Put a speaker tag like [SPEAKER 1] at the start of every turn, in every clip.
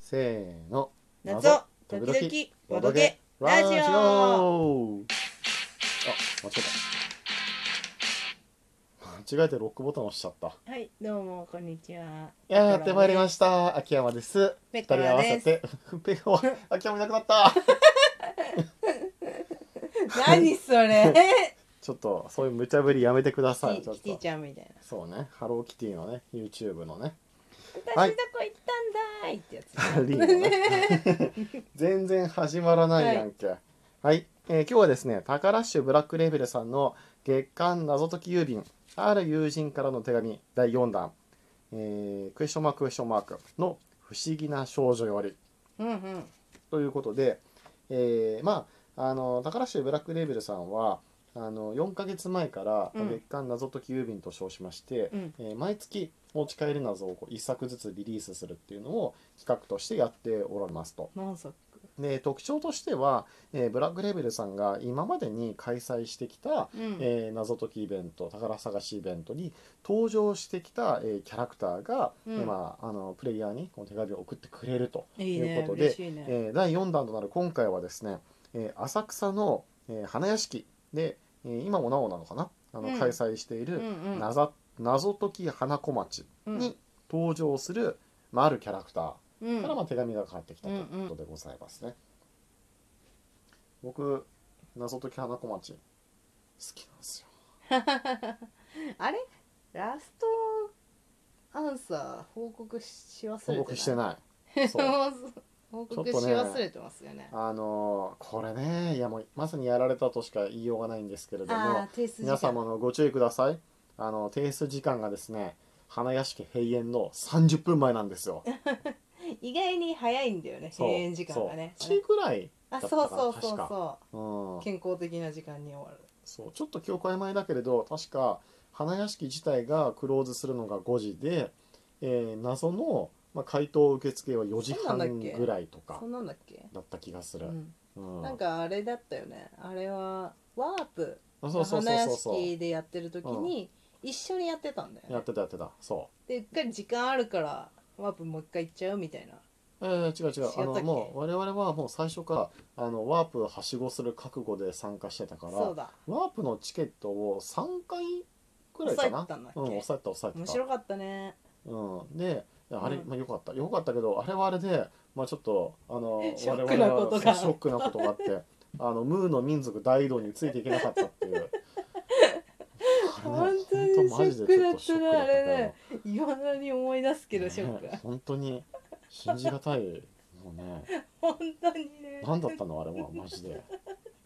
[SPEAKER 1] せーの
[SPEAKER 2] 謎
[SPEAKER 1] 時
[SPEAKER 2] 時
[SPEAKER 1] 々
[SPEAKER 2] 々ボドゲラジ
[SPEAKER 1] あ間
[SPEAKER 2] オ
[SPEAKER 1] 違えた間違えてロックボタン押しちゃった
[SPEAKER 2] はいどうもこんにちはい
[SPEAKER 1] やーやってまいりました秋山です
[SPEAKER 2] ペ
[SPEAKER 1] 二人
[SPEAKER 2] コ
[SPEAKER 1] 合
[SPEAKER 2] ラ
[SPEAKER 1] わせ
[SPEAKER 2] です
[SPEAKER 1] て ペコは秋山いなくなった
[SPEAKER 2] 何それ
[SPEAKER 1] ちょっとそういう無茶ぶりやめてください
[SPEAKER 2] キ
[SPEAKER 1] ちょっ
[SPEAKER 2] キティ
[SPEAKER 1] と
[SPEAKER 2] ちゃんみたいな
[SPEAKER 1] そうねハローキティのね YouTube のねはい
[SPEAKER 2] 私どこ行ったんだいってやつ
[SPEAKER 1] リーの ね全然始まらないやんけはい、えー今日はですねタカラッシュブラックレーベルさんの月刊謎解き郵便ある友人からの手紙第4弾、えークエスチョンマーククエスチョンマークの不思議な少女より
[SPEAKER 2] うんうん
[SPEAKER 1] ということで、えーまああの宝市ブラックレーベルさんはあの4ヶ月前から
[SPEAKER 2] うん
[SPEAKER 1] 月間謎解き郵便と称しまして、
[SPEAKER 2] うん
[SPEAKER 1] えー毎月持ち帰り謎をこう1作ずつリリースするっていうのを企画としてやっておられますと。
[SPEAKER 2] 何足
[SPEAKER 1] で特徴としては、えーブラックレーベルさんが今までに開催してきた、
[SPEAKER 2] うん
[SPEAKER 1] えー謎解きイベント宝探しイベントに登場してきた、えーキャラクターが、
[SPEAKER 2] うん
[SPEAKER 1] 今あのプレイヤーにこの手紙を送ってくれると
[SPEAKER 2] いい
[SPEAKER 1] い
[SPEAKER 2] ね
[SPEAKER 1] うことで
[SPEAKER 2] 嬉しいね
[SPEAKER 1] えー第4弾となる今回はですね、えー浅草の、えー花屋敷で、えー今もなおなのかなあの、
[SPEAKER 2] うん
[SPEAKER 1] 開催していうる
[SPEAKER 2] んうん
[SPEAKER 1] 謎,、謎解き花小町
[SPEAKER 2] うん
[SPEAKER 1] に登場する、まあ、あるキャラクタ
[SPEAKER 2] う
[SPEAKER 1] ーからま
[SPEAKER 2] ん
[SPEAKER 1] あ手紙が返ってきたと
[SPEAKER 2] う
[SPEAKER 1] い
[SPEAKER 2] ん
[SPEAKER 1] ううんことでございますね。僕謎解き花小町好きなんですよ。
[SPEAKER 2] あれラストアンサー報告しし忘れて
[SPEAKER 1] 報
[SPEAKER 2] ない
[SPEAKER 1] 告してない。そう
[SPEAKER 2] 報告し忘れてますよね。
[SPEAKER 1] あのーこれねいやもうまさにやられたとしか言いようがないんですけれども
[SPEAKER 2] ああ、提出時間
[SPEAKER 1] 皆様のご注意くださいあの提出時間がですね花屋敷閉園の30分前なんですよ
[SPEAKER 2] 意外に早いんだよね。
[SPEAKER 1] そう
[SPEAKER 2] 閉園時間がね。
[SPEAKER 1] そう1時くらい
[SPEAKER 2] あ、
[SPEAKER 1] だった
[SPEAKER 2] そ
[SPEAKER 1] か
[SPEAKER 2] うそうそう
[SPEAKER 1] 確かう
[SPEAKER 2] そ
[SPEAKER 1] ん
[SPEAKER 2] う。健康的な時間に終わる。
[SPEAKER 1] そうちょっと記憶曖昧だけれど確か花屋敷自体がクローズするのが5時で、えー謎の、まあ、回答受付は4時
[SPEAKER 2] そう
[SPEAKER 1] 半
[SPEAKER 2] なんだっけ
[SPEAKER 1] ぐらいとか
[SPEAKER 2] そんなんだっけ？
[SPEAKER 1] だった気がす
[SPEAKER 2] う
[SPEAKER 1] る、
[SPEAKER 2] ん。
[SPEAKER 1] うん
[SPEAKER 2] なんかあれだったよね。あれはワープ
[SPEAKER 1] あそうそう
[SPEAKER 2] 花
[SPEAKER 1] そう
[SPEAKER 2] 屋
[SPEAKER 1] そうそう
[SPEAKER 2] 敷でやってる時に一緒にやってたんだよ
[SPEAKER 1] やっ
[SPEAKER 2] ね。
[SPEAKER 1] てたやってたそう
[SPEAKER 2] で、一回時間あるからワープもう一回行っちゃうみたいな。
[SPEAKER 1] えー、違う違う
[SPEAKER 2] 違った
[SPEAKER 1] あ
[SPEAKER 2] っけ
[SPEAKER 1] のもう我々はもう最初からあのワープはしごする覚悟で参加してたから
[SPEAKER 2] そうだ。
[SPEAKER 1] ワープのチケットを3回くらいかな
[SPEAKER 2] 抑えてたんだっけ
[SPEAKER 1] うん、抑えた抑え
[SPEAKER 2] 面
[SPEAKER 1] て
[SPEAKER 2] 白かったね。
[SPEAKER 1] た、うん、であれ、
[SPEAKER 2] うん
[SPEAKER 1] まあ、よかったよかったけどあれはあれで、まあ、ちょっとあ の
[SPEAKER 2] ショックなこ
[SPEAKER 1] 我々は
[SPEAKER 2] とが
[SPEAKER 1] そうショックなことがあってあのムーの民族大移動についていけなかったって いう。あれね
[SPEAKER 2] 本当に
[SPEAKER 1] 本当マジでちょと
[SPEAKER 2] ショック
[SPEAKER 1] ショックけ
[SPEAKER 2] だったな
[SPEAKER 1] ど
[SPEAKER 2] あれねいまだに思い出すけどショック
[SPEAKER 1] ね。本当に信じがたいもうね
[SPEAKER 2] 本当にね。
[SPEAKER 1] 何だったのあれはマジで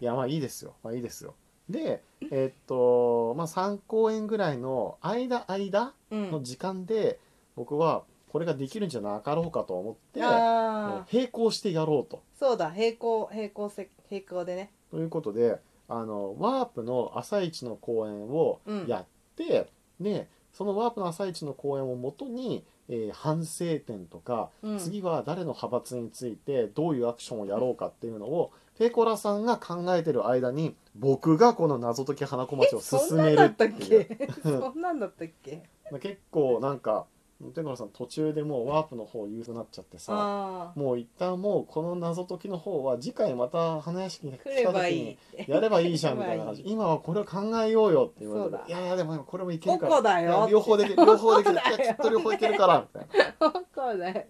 [SPEAKER 1] いやまあいいですよまあいいですよでえっとまあ3公演ぐらいの間間
[SPEAKER 2] うん
[SPEAKER 1] の時間で僕はこれができるんじゃなかろうかと思って
[SPEAKER 2] ああ、
[SPEAKER 1] 並行してやろうと
[SPEAKER 2] そうだ平行平行せ平行でね
[SPEAKER 1] ということであのワープの朝一の公演を
[SPEAKER 2] うん
[SPEAKER 1] やって、でそのワープの朝一の公演をもとに、えー反省点とか
[SPEAKER 2] うん
[SPEAKER 1] 次は誰の派閥についてどういうアクションをやろうかっていうのをペコラさんが考えてる間に僕がこの謎解き花小町を
[SPEAKER 2] そ
[SPEAKER 1] 進
[SPEAKER 2] んな
[SPEAKER 1] め
[SPEAKER 2] んだ
[SPEAKER 1] る
[SPEAKER 2] っ
[SPEAKER 1] って
[SPEAKER 2] たっ
[SPEAKER 1] いう
[SPEAKER 2] け そんなんだったっけ
[SPEAKER 1] 結構なんかペコラさん途中でもうワープの方言うとなっちゃってさ
[SPEAKER 2] ああ
[SPEAKER 1] もう一旦もうこの謎解きの方は次回また花屋敷に来
[SPEAKER 2] 来れ
[SPEAKER 1] た
[SPEAKER 2] ば
[SPEAKER 1] 時
[SPEAKER 2] いい
[SPEAKER 1] にやればいいじゃんみ
[SPEAKER 2] 来れ
[SPEAKER 1] た
[SPEAKER 2] ばい
[SPEAKER 1] いな
[SPEAKER 2] い
[SPEAKER 1] 感じ今はこれを考えようよって言われ
[SPEAKER 2] そう
[SPEAKER 1] て
[SPEAKER 2] だ
[SPEAKER 1] いやーでも今これもいけ
[SPEAKER 2] こ
[SPEAKER 1] るから
[SPEAKER 2] こだ
[SPEAKER 1] いや
[SPEAKER 2] よ
[SPEAKER 1] 両方 できる両方できる
[SPEAKER 2] そうだよ
[SPEAKER 1] いやきっと両方いけるからみたいな
[SPEAKER 2] ここだよ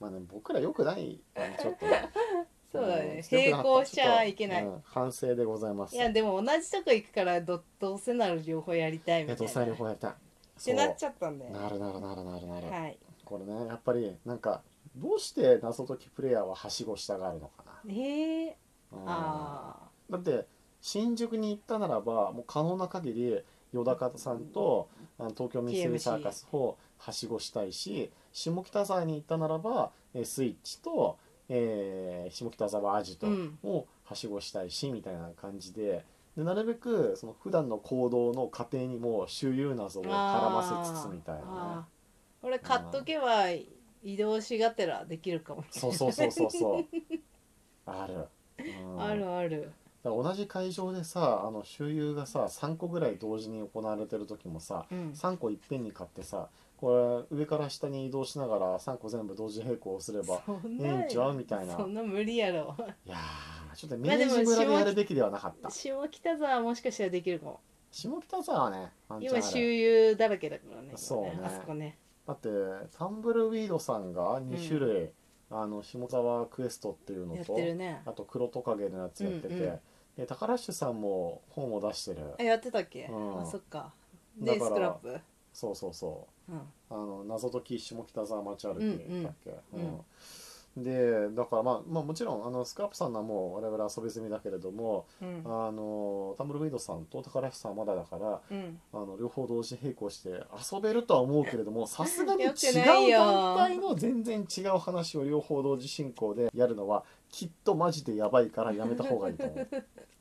[SPEAKER 1] まあね僕らよくないあのちょっとね
[SPEAKER 2] そうだね
[SPEAKER 1] ん
[SPEAKER 2] 並行しちゃいけない
[SPEAKER 1] ちょっとうん反省でございます
[SPEAKER 2] いやでも同じとこ行くからどどうせなら両方やりたい
[SPEAKER 1] え
[SPEAKER 2] み
[SPEAKER 1] ったと
[SPEAKER 2] い
[SPEAKER 1] 最
[SPEAKER 2] な
[SPEAKER 1] 後こうやった
[SPEAKER 2] ってなっちゃったんだよ
[SPEAKER 1] なるなるなるなるなる、
[SPEAKER 2] はい
[SPEAKER 1] これねやっぱりなんかどうして謎解きプレイヤーははしごしたがるのかな
[SPEAKER 2] へえ
[SPEAKER 1] うん
[SPEAKER 2] あ
[SPEAKER 1] だって新宿に行ったならばもう可能な限り与田方さんとあの東京ミステリーサーカスをはしごしたいし下北沢に行ったならばえースイッチと、えー下北沢アジ
[SPEAKER 2] あ
[SPEAKER 1] ト
[SPEAKER 2] うん
[SPEAKER 1] をはしごしたいしみたいな感じででなるべくその普段の行動の過程にも周遊謎を絡ませつつみたいなね
[SPEAKER 2] あーこれ買っとけば移動しがてらできるかも
[SPEAKER 1] そうそうそうそうそうある、うん
[SPEAKER 2] あるある
[SPEAKER 1] だから同じ会場でさあの周遊がさ3個ぐらい同時に行われてる時もさ
[SPEAKER 2] うん
[SPEAKER 1] 3個いっぺんに買ってさこれ上から下に移動しながら3個全部同時並行すれば
[SPEAKER 2] そん
[SPEAKER 1] いい
[SPEAKER 2] なん
[SPEAKER 1] ちゃうみたいな
[SPEAKER 2] そんな無理やろ
[SPEAKER 1] いやーちょっと明
[SPEAKER 2] まあでも
[SPEAKER 1] 治村でやるべきではなかった
[SPEAKER 2] 下北沢はもしかしたらできるかも
[SPEAKER 1] 下北沢はねあんちゃんあ
[SPEAKER 2] 今
[SPEAKER 1] れ
[SPEAKER 2] 周遊だらけだからね
[SPEAKER 1] そうね
[SPEAKER 2] 今あそこね
[SPEAKER 1] だってタンブルウィードさんが2種類、あの下沢クエストっていうの
[SPEAKER 2] やっ
[SPEAKER 1] と、
[SPEAKER 2] てるね
[SPEAKER 1] あと黒トカゲのやつやってて、
[SPEAKER 2] うんうん
[SPEAKER 1] で宝ラッシュさんも本を出してる
[SPEAKER 2] あやってたっけ、
[SPEAKER 1] うん
[SPEAKER 2] あそっか
[SPEAKER 1] だ
[SPEAKER 2] で
[SPEAKER 1] から
[SPEAKER 2] スクラップ、
[SPEAKER 1] そうそうそう
[SPEAKER 2] うん、
[SPEAKER 1] あの謎解き下北沢町歩きだっけ、
[SPEAKER 2] うんうん
[SPEAKER 1] でだからまあ、まあ、もちろんあのスクラップさんのはもう我々遊び済みだけれども、
[SPEAKER 2] うん
[SPEAKER 1] あのタムルウィードさんと宝橋さんはまだだから
[SPEAKER 2] うん、
[SPEAKER 1] あの両方同時並行して遊べるとは思うけれど もさすがに違
[SPEAKER 2] よくないうよ
[SPEAKER 1] 団体の全然違う話を両方同時進行でやるのはきっとマジでやばいからやめた方がいいと思 う。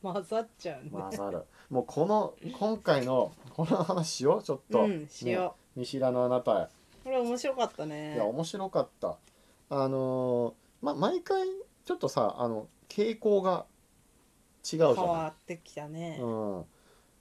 [SPEAKER 2] 混ざっちゃうね、
[SPEAKER 1] 混ざるもうこの今回のこの話しようちょっと、
[SPEAKER 2] うんしよ
[SPEAKER 1] 見知らぬあなたへ。
[SPEAKER 2] う、これ面白かった
[SPEAKER 1] い
[SPEAKER 2] ね
[SPEAKER 1] や面白かったあのーま毎回ちょっとさあの傾向が違うじゃ
[SPEAKER 2] 変
[SPEAKER 1] な
[SPEAKER 2] わってきた
[SPEAKER 1] い、
[SPEAKER 2] ね、
[SPEAKER 1] うん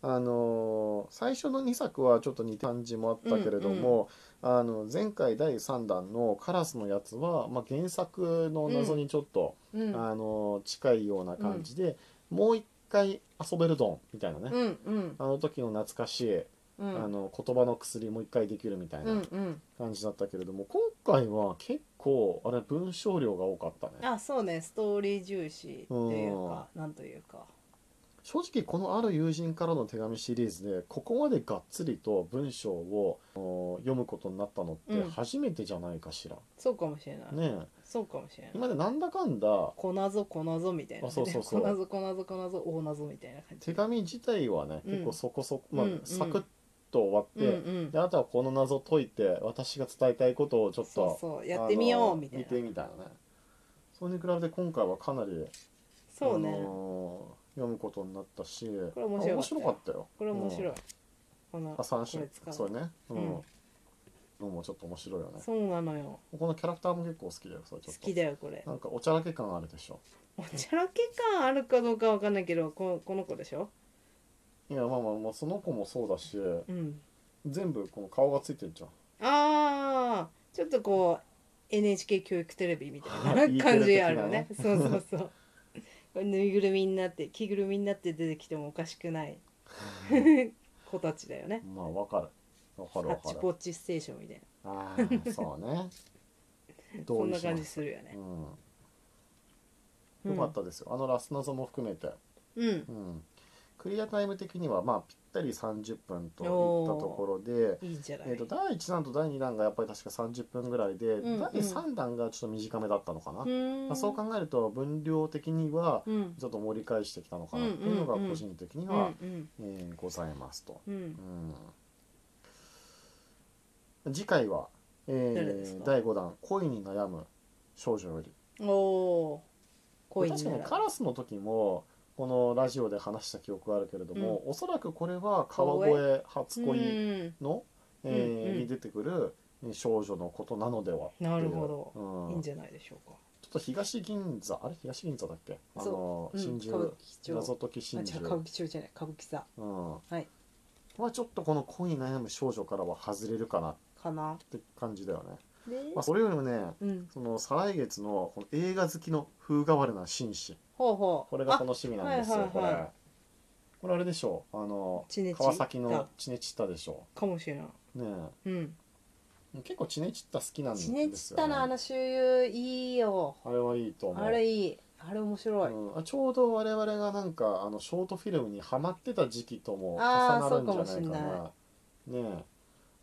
[SPEAKER 1] あのー最初の2作はちょっと似た感じもあったけれども、あの前回第3弾の「カラス」のやつは、まあ、原作の謎にちょっと、
[SPEAKER 2] うんうん
[SPEAKER 1] あのー近いような感じで、もう一回遊べるドンみたいなね、
[SPEAKER 2] うん
[SPEAKER 1] あの時の懐かしい、
[SPEAKER 2] うん
[SPEAKER 1] あの言葉の薬もう一回できるみたいな、
[SPEAKER 2] うんうん
[SPEAKER 1] 感じだったけれども今回は結構あれ文章量が多かったね
[SPEAKER 2] あそうねストーリー重視というかなんというか
[SPEAKER 1] 正直この「ある友人からの手紙」シリーズでここまでがっつりと文章をあの読むことになったのって
[SPEAKER 2] うん
[SPEAKER 1] 初めてじゃないかしら、
[SPEAKER 2] そうかもしれない、
[SPEAKER 1] ねえ
[SPEAKER 2] そうかもしれない
[SPEAKER 1] 今までなんだかんだ
[SPEAKER 2] 粉ぞ粉ぞみたいなね、
[SPEAKER 1] あそうそうそう
[SPEAKER 2] 粉ぞ粉ぞ粉ぞ大謎みたいな感じ
[SPEAKER 1] 手紙自体はね、
[SPEAKER 2] うん
[SPEAKER 1] 結構そこそこ、まあ
[SPEAKER 2] うんうん
[SPEAKER 1] サクッと終わって、
[SPEAKER 2] うんうん
[SPEAKER 1] であとはこの謎解いて私が伝えたいことをちょっと
[SPEAKER 2] そうそうやってみよ
[SPEAKER 1] あの
[SPEAKER 2] うみたい
[SPEAKER 1] 見
[SPEAKER 2] な
[SPEAKER 1] てみたいなねそれに比べて今回はかなり
[SPEAKER 2] そうね、
[SPEAKER 1] あのー読むことになったし
[SPEAKER 2] れ面白かったよ
[SPEAKER 1] あ面白かったよ
[SPEAKER 2] これ面白い、
[SPEAKER 1] うん
[SPEAKER 2] この
[SPEAKER 1] あ三種
[SPEAKER 2] これ使う
[SPEAKER 1] そうねうん、
[SPEAKER 2] うん
[SPEAKER 1] のもちょっと面白いよね
[SPEAKER 2] そうなのよ
[SPEAKER 1] ここのキャラクターも結構好きだよそれちょ
[SPEAKER 2] 好
[SPEAKER 1] っと
[SPEAKER 2] きだよこれ
[SPEAKER 1] なんかおちゃらけ感あるでしょ
[SPEAKER 2] おちゃらけ感あるかどうかわかんないけどここの子でしょ
[SPEAKER 1] いやまあまあまあその子もそうだし
[SPEAKER 2] うん
[SPEAKER 1] 全部この顔がついてるじゃん
[SPEAKER 2] あーちょっとこう NHK 教育テレビみた
[SPEAKER 1] はいい
[SPEAKER 2] な感じあるよ
[SPEAKER 1] イ
[SPEAKER 2] ねそうそうそう これぬいぐるみになって着ぐるみになって出てきてもおかしくない 子たちだよね
[SPEAKER 1] まあわかるわ
[SPEAKER 2] ハ
[SPEAKER 1] かるわ
[SPEAKER 2] ッ
[SPEAKER 1] か
[SPEAKER 2] チ
[SPEAKER 1] る
[SPEAKER 2] ポッチステーションみたい
[SPEAKER 1] ああそうね
[SPEAKER 2] な
[SPEAKER 1] 同
[SPEAKER 2] そん
[SPEAKER 1] 意
[SPEAKER 2] な
[SPEAKER 1] しま
[SPEAKER 2] 感じ
[SPEAKER 1] す
[SPEAKER 2] するよね
[SPEAKER 1] うん、よかったですよ、あのラス謎も含めて
[SPEAKER 2] うん
[SPEAKER 1] うんクリアタイム的にはまあぴったり30分といったところで
[SPEAKER 2] いいんじゃない
[SPEAKER 1] えー、と第1弾と第2弾がやっぱり確か30分ぐらいで、
[SPEAKER 2] うんうん
[SPEAKER 1] 第3弾がちょっと短めだったのかな、
[SPEAKER 2] うーん
[SPEAKER 1] まあ、そう考えると分量的には
[SPEAKER 2] うん
[SPEAKER 1] ちょっと盛り返してきたのかなっていうのが
[SPEAKER 2] うんうんうん
[SPEAKER 1] 個人的に
[SPEAKER 2] う
[SPEAKER 1] は、
[SPEAKER 2] ん
[SPEAKER 1] えーございますと、
[SPEAKER 2] うんう
[SPEAKER 1] うんん次回は、
[SPEAKER 2] 誰で
[SPEAKER 1] え
[SPEAKER 2] す
[SPEAKER 1] ー
[SPEAKER 2] か
[SPEAKER 1] 第5弾「恋に悩む少女より
[SPEAKER 2] おお」恋
[SPEAKER 1] 確
[SPEAKER 2] に
[SPEAKER 1] か
[SPEAKER 2] な
[SPEAKER 1] に
[SPEAKER 2] ら
[SPEAKER 1] カラスの時もこのラジオで話した記憶があるけれども、おそらくこれは川越初恋、
[SPEAKER 2] うん
[SPEAKER 1] の、えー
[SPEAKER 2] うんうん
[SPEAKER 1] に出てくるえー少女のことなのでは
[SPEAKER 2] なる
[SPEAKER 1] ど、
[SPEAKER 2] ほ
[SPEAKER 1] うん
[SPEAKER 2] いいんじゃないでしょうか
[SPEAKER 1] ちょっと東銀座あれ東銀座だっけあの、
[SPEAKER 2] うん
[SPEAKER 1] 真
[SPEAKER 2] 歌舞
[SPEAKER 1] 珠
[SPEAKER 2] 伎町
[SPEAKER 1] 謎解き
[SPEAKER 2] あ
[SPEAKER 1] 真
[SPEAKER 2] じゃ
[SPEAKER 1] 珠
[SPEAKER 2] 歌舞伎町じゃない歌舞伎座
[SPEAKER 1] うん
[SPEAKER 2] はい
[SPEAKER 1] まあちょっとこの恋に悩む少女からは外れるかなっ
[SPEAKER 2] かな
[SPEAKER 1] て感じだよね、
[SPEAKER 2] で、
[SPEAKER 1] まあ、それよりもね
[SPEAKER 2] うん
[SPEAKER 1] その再来月のこの映画好きの風変わりな紳士
[SPEAKER 2] ほうほう
[SPEAKER 1] これが楽しみなんですよ、
[SPEAKER 2] あはいはいはい
[SPEAKER 1] これこれあれでしょあの
[SPEAKER 2] チネチ
[SPEAKER 1] 川崎の
[SPEAKER 2] だ
[SPEAKER 1] チネチッタでしょ
[SPEAKER 2] かもしれない
[SPEAKER 1] ね
[SPEAKER 2] うん
[SPEAKER 1] え結構チネチッタ好きなんです
[SPEAKER 2] チ
[SPEAKER 1] よ、ね、
[SPEAKER 2] ネチタのあの周遊いいよ
[SPEAKER 1] あれはいいと思う
[SPEAKER 2] あれいいあれ面白い、
[SPEAKER 1] うん、ちょうど我々がなんかあのショートフィルムにハマってた時期とも重なるんじゃないかな
[SPEAKER 2] あ
[SPEAKER 1] ねえ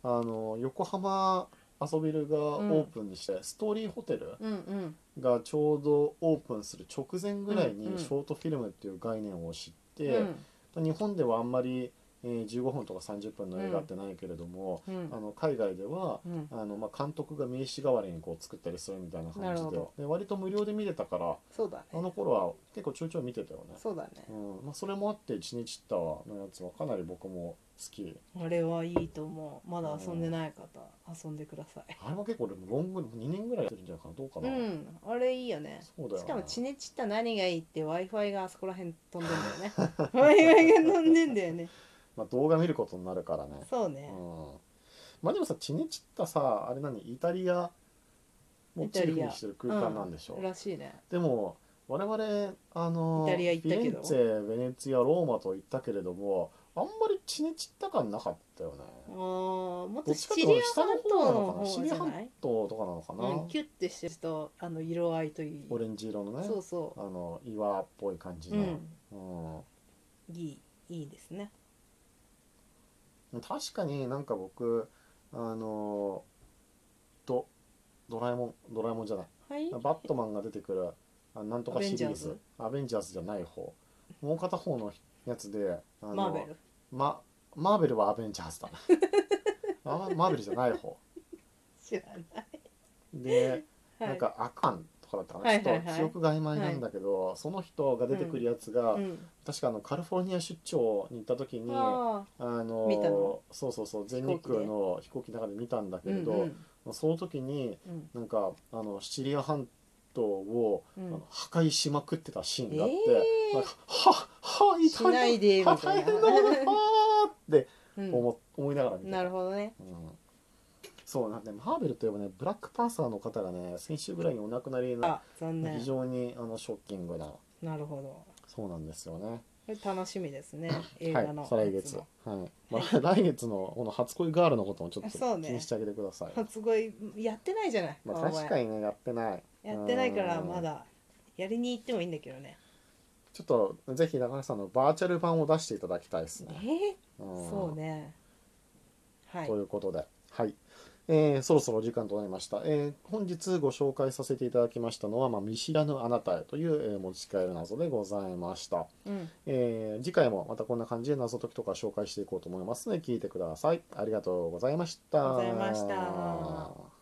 [SPEAKER 1] あの横浜遊びるがオ
[SPEAKER 2] うん
[SPEAKER 1] ープンにして、ストーリーホテル
[SPEAKER 2] うんうん
[SPEAKER 1] がちょうどオープンする直前ぐらい
[SPEAKER 2] うんう
[SPEAKER 1] に
[SPEAKER 2] ん
[SPEAKER 1] ショートフィルムっていう概念を知って、
[SPEAKER 2] うん
[SPEAKER 1] 日本ではあんまり、えー15分とか30分の映画ってないけれども、
[SPEAKER 2] うん
[SPEAKER 1] あの海外では
[SPEAKER 2] うん
[SPEAKER 1] あの、まあ、監督が名刺代わりにこう作ったりするみたいな
[SPEAKER 2] な
[SPEAKER 1] 感
[SPEAKER 2] る
[SPEAKER 1] じ
[SPEAKER 2] ほ
[SPEAKER 1] で
[SPEAKER 2] ど
[SPEAKER 1] で割と無料で見れたから
[SPEAKER 2] そうだ
[SPEAKER 1] あ
[SPEAKER 2] ね
[SPEAKER 1] の頃は結構ちょいちょい見てたよね。
[SPEAKER 2] そうだね
[SPEAKER 1] うんまあ、それもあって「チネチッタ」のやつはかなり僕も好き
[SPEAKER 2] あれはいいと思うまだ遊んでない方遊んでください
[SPEAKER 1] あれも結構でもロング2年ぐらいやってるんじゃないかなどうか
[SPEAKER 2] う
[SPEAKER 1] な、
[SPEAKER 2] んあれいいよね
[SPEAKER 1] そうだよ、ね、
[SPEAKER 2] しかもチネチった何がいいって w i f i があそこら辺飛んでんだよね w i f i が飛んでんだよね
[SPEAKER 1] まあ、動画見ることになるからね
[SPEAKER 2] そう
[SPEAKER 1] う
[SPEAKER 2] ね
[SPEAKER 1] んまあでもさチネチッタさあれ何イタリアモチーフにしてる空間なんでしょ、
[SPEAKER 2] らしいね
[SPEAKER 1] でも我々あの
[SPEAKER 2] イタリア行った
[SPEAKER 1] フ
[SPEAKER 2] けど
[SPEAKER 1] ィレンツェベネツィアローマと行ったけれどもあんまりチネチッタ感なかったよね
[SPEAKER 2] ああもっ
[SPEAKER 1] ど
[SPEAKER 2] と
[SPEAKER 1] っちか
[SPEAKER 2] シ
[SPEAKER 1] ってい
[SPEAKER 2] チリ
[SPEAKER 1] う
[SPEAKER 2] ア
[SPEAKER 1] と下の
[SPEAKER 2] 半
[SPEAKER 1] 方な
[SPEAKER 2] 島
[SPEAKER 1] のかなシリ
[SPEAKER 2] の方じ
[SPEAKER 1] ア
[SPEAKER 2] ゃ
[SPEAKER 1] 半
[SPEAKER 2] ない
[SPEAKER 1] 島とかなのかな、
[SPEAKER 2] うん、キュッてしてるとあの色合いといい
[SPEAKER 1] オレンジ色のね
[SPEAKER 2] そうそ
[SPEAKER 1] あの岩っぽい感じ
[SPEAKER 2] うう
[SPEAKER 1] の、
[SPEAKER 2] ん
[SPEAKER 1] うん
[SPEAKER 2] いいいいですね
[SPEAKER 1] 確かになんか僕あのドドラえもんドラえもんじゃない
[SPEAKER 2] はい
[SPEAKER 1] バットマンが出てくるあなんとかシリーズアベンジャーズじゃない方もう片方のやつであの
[SPEAKER 2] マーベル
[SPEAKER 1] まマーベルはアベンジャーズだ あマーベルじゃない方
[SPEAKER 2] 知らない
[SPEAKER 1] で、
[SPEAKER 2] はい
[SPEAKER 1] なんかアカンとかだったかな、
[SPEAKER 2] はい
[SPEAKER 1] ちょ
[SPEAKER 2] はい
[SPEAKER 1] っ
[SPEAKER 2] は
[SPEAKER 1] と
[SPEAKER 2] い
[SPEAKER 1] 記憶が曖昧なんだけど、その人が出てくるやつが、
[SPEAKER 2] うん、
[SPEAKER 1] 確かあのカリフォルニア出張に行った時にあ
[SPEAKER 2] あ
[SPEAKER 1] の
[SPEAKER 2] 見たの
[SPEAKER 1] そうそうそう全
[SPEAKER 2] 飛行
[SPEAKER 1] 日
[SPEAKER 2] 機で
[SPEAKER 1] 空の飛行機の中で見たんだ
[SPEAKER 2] ー
[SPEAKER 1] けれど、
[SPEAKER 2] うん
[SPEAKER 1] その時に
[SPEAKER 2] うん
[SPEAKER 1] なんかあのシチリア半島を、
[SPEAKER 2] う
[SPEAKER 1] あ
[SPEAKER 2] ん
[SPEAKER 1] の破壊しまくってたシーンがあって、
[SPEAKER 2] えー
[SPEAKER 1] なんかはは
[SPEAKER 2] し
[SPEAKER 1] 痛
[SPEAKER 2] ないでみたいな
[SPEAKER 1] 大変なことだはーって
[SPEAKER 2] うん、うん、
[SPEAKER 1] 思,、思いながら見てた
[SPEAKER 2] なるほどね
[SPEAKER 1] うん、そうなんでマーベルといえばねブラックパンサーの方がね先週ぐらいにお亡くなりにな
[SPEAKER 2] あ残念
[SPEAKER 1] 非常にあのショッキングな
[SPEAKER 2] なるほど
[SPEAKER 1] そうなんですよね
[SPEAKER 2] これ楽しみですね映
[SPEAKER 1] は
[SPEAKER 2] 画の
[SPEAKER 1] い再来月
[SPEAKER 2] や
[SPEAKER 1] はい、まあ、来月のこの初恋ガールのこともちょっと
[SPEAKER 2] あそう
[SPEAKER 1] 気
[SPEAKER 2] ね
[SPEAKER 1] にしてあげてください、
[SPEAKER 2] つも初恋やってないじゃない、
[SPEAKER 1] まあ、
[SPEAKER 2] お前
[SPEAKER 1] 確かにねやってない
[SPEAKER 2] やってないから
[SPEAKER 1] うん
[SPEAKER 2] まだやりに行ってもいいんだけどね
[SPEAKER 1] ちょっとぜひ中橋さんのバーチャル版を出していただきたいです
[SPEAKER 2] え
[SPEAKER 1] ね、うん
[SPEAKER 2] ー、そうねはい
[SPEAKER 1] ということで、はいえーそろそろお時間となりました、えー本日ご紹介させていただきましたのは「まあ、見知らぬあなたへ」という、えー持ち帰る謎でございました、
[SPEAKER 2] うん
[SPEAKER 1] えー次回もまたこんな感じで謎解きとか紹介していこうと思いますので聞いてくださいありがとうございました
[SPEAKER 2] ありがとうございました